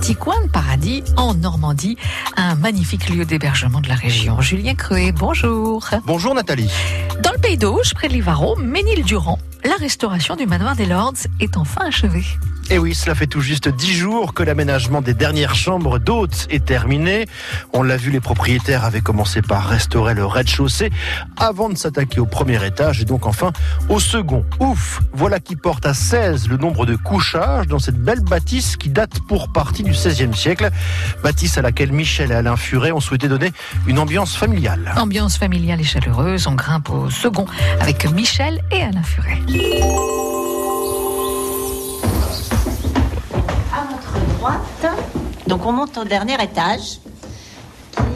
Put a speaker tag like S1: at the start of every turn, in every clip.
S1: petit coin de paradis en Normandie, un magnifique lieu d'hébergement de la région. Julien Creuet, bonjour.
S2: Bonjour Nathalie.
S1: Dans le Pays d'Auge, près de Livaro, Ménil-Durand, la restauration du manoir des Lords est enfin achevée.
S2: Et Eh oui, cela fait tout juste dix jours que l'aménagement des dernières chambres d'hôtes est terminé. On l'a vu, les propriétaires avaient commencé par restaurer le rez-de-chaussée avant de s'attaquer au premier étage et donc enfin au second. Ouf, voilà qui porte à 16 le nombre de couchages dans cette belle bâtisse qui date pour partie du XVIe siècle. Bâtisse à laquelle Michel et Alain Furet ont souhaité donner une ambiance familiale.
S1: Ambiance familiale et chaleureuse, on grimpe au second avec Michel et Alain Furet.
S3: à votre droite. Donc on monte au dernier étage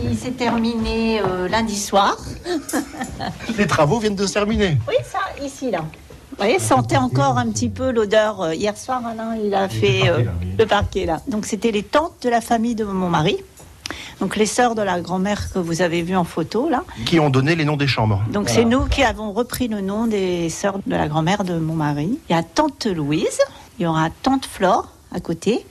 S3: qui s'est terminé euh, lundi soir.
S2: Les travaux viennent de se terminer.
S3: Oui, ça, ici, là. Vous voyez, sentez encore un petit peu l'odeur. euh, Hier soir, Alain, il a fait euh, le parquet, là. Donc c'était les tantes de la famille de mon mari. Donc les sœurs de la grand-mère que vous avez vue en photo, là.
S2: Qui ont donné les noms des chambres.
S3: Donc c'est nous qui avons repris le nom des sœurs de la grand-mère de mon mari. Il y a tante Louise, il y aura tante Flore à côté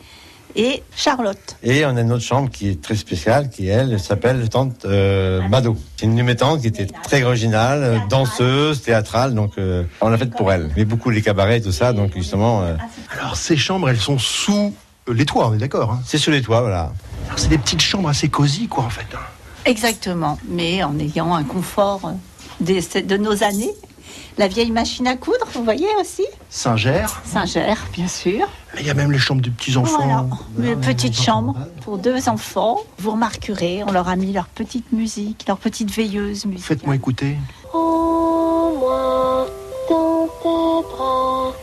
S3: et Charlotte.
S4: Et on a une autre chambre qui est très spéciale, qui elle s'appelle Tante euh, Mado. C'est une numétante qui était très originale, euh, danseuse, théâtrale, donc euh, on l'a faite pour elle. Mais beaucoup les cabarets et tout ça, donc justement, euh,
S2: Alors ces chambres, elles sont sous euh, les toits, on est d'accord. hein
S4: c'est sur les toits, voilà.
S2: Alors, C'est des petites chambres assez cosy, quoi, en fait. hein.
S3: Exactement, mais en ayant un confort des- de nos années. La vieille machine à coudre, vous voyez aussi
S2: Saint-Gère.
S3: Saint-Ger, bien sûr.
S2: Là, Il y a même les chambres des
S3: Voilà,
S2: petits-enfants.
S3: une petite chambre pour deux enfants. Vous remarquerez, on leur a mis leur petite musique, leur petite veilleuse musique.
S2: Faites-moi écouter.
S5: Prends-moi dans tes bras,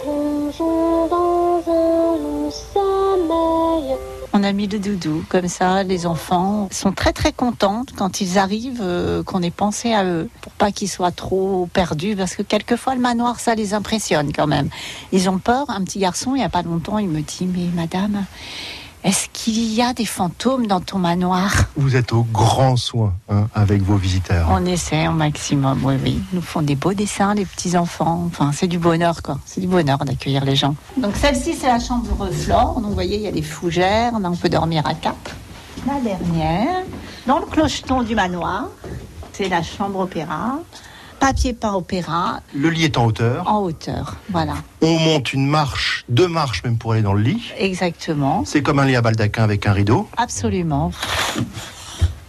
S5: plongeons dans un long sommeil.
S3: On a mis le doudou, comme ça les enfants sont très très contents quand ils arrivent, euh, qu'on ait pensé à eux, pour pas qu'ils soient trop perdus, parce que quelquefois le manoir ça les impressionne quand même. Ils ont peur, un petit garçon il y a pas longtemps il me dit mais madame, est-ce qu'il y a des fantômes dans ton manoir
S2: Vous êtes au grand soin hein, avec vos visiteurs.
S3: On essaie au maximum, oui oui. Ils nous font des beaux dessins les petits enfants, enfin c'est du bonheur quoi, c'est du bonheur d'accueillir les gens. Donc celle-ci c'est la chambre Flore, donc vous voyez il y a des fougères, on peut dormir à quatre. La dernière, dans le clocheton du manoir, c'est la chambre opéra. Papier peint opéra
S2: Le lit est en hauteur.
S3: en hauteur, voilà,
S2: On monte une marche, deux marches même pour aller dans le lit.
S3: exactement,
S2: C'est comme un lit à baldaquin avec un rideau.
S3: absolument.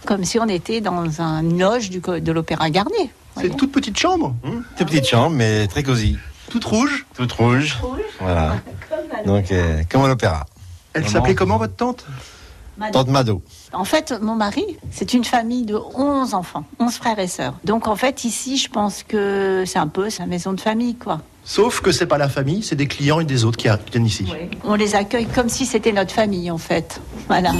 S3: Comme si on était dans un loge du, co- de l'opéra Garnier.
S2: C'est
S3: voyez.
S2: une toute petite chambre, hein,
S4: Hum, C'est une petite chambre, mais très cosy.
S2: toute rouge.
S4: Toute rouge. Voilà. Donc, euh, comme à l'opéra.
S2: Elle
S4: Maman.
S2: s'appelait comment votre tante
S4: Tante Mado.
S3: En fait, mon mari, c'est une famille de 11 enfants, 11 frères et sœurs. Donc en fait, ici, je pense que c'est un peu sa maison de famille, quoi.
S2: Sauf que c'est pas la famille, c'est des clients et des autres qui arri- qui viennent ici.
S3: On les accueille comme si c'était notre famille, en fait. Voilà.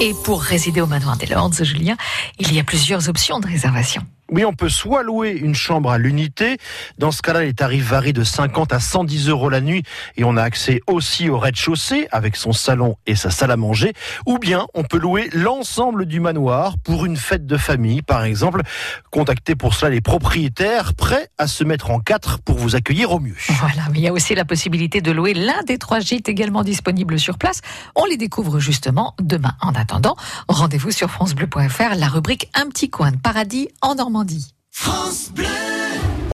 S1: Et pour résider au manoir des Lords, Julien, il y a plusieurs options de réservation.
S2: Oui, on peut soit louer une chambre à l'unité. Dans ce cas-là, les tarifs varient de 50 à 110 euros la nuit et on a accès aussi au rez-de-chaussée avec son salon et sa salle à manger. Ou bien on peut louer l'ensemble du manoir pour une fête de famille, par exemple. Contactez pour cela les propriétaires prêts à se mettre en quatre pour vous accueillir au mieux.
S1: Voilà, mais il y a aussi la possibilité de louer l'un des trois gîtes également disponibles sur place. On les découvre justement demain. En attendant, rendez-vous sur francebleu.fr, la rubrique Un petit coin de paradis en Normandie.
S6: France Bleu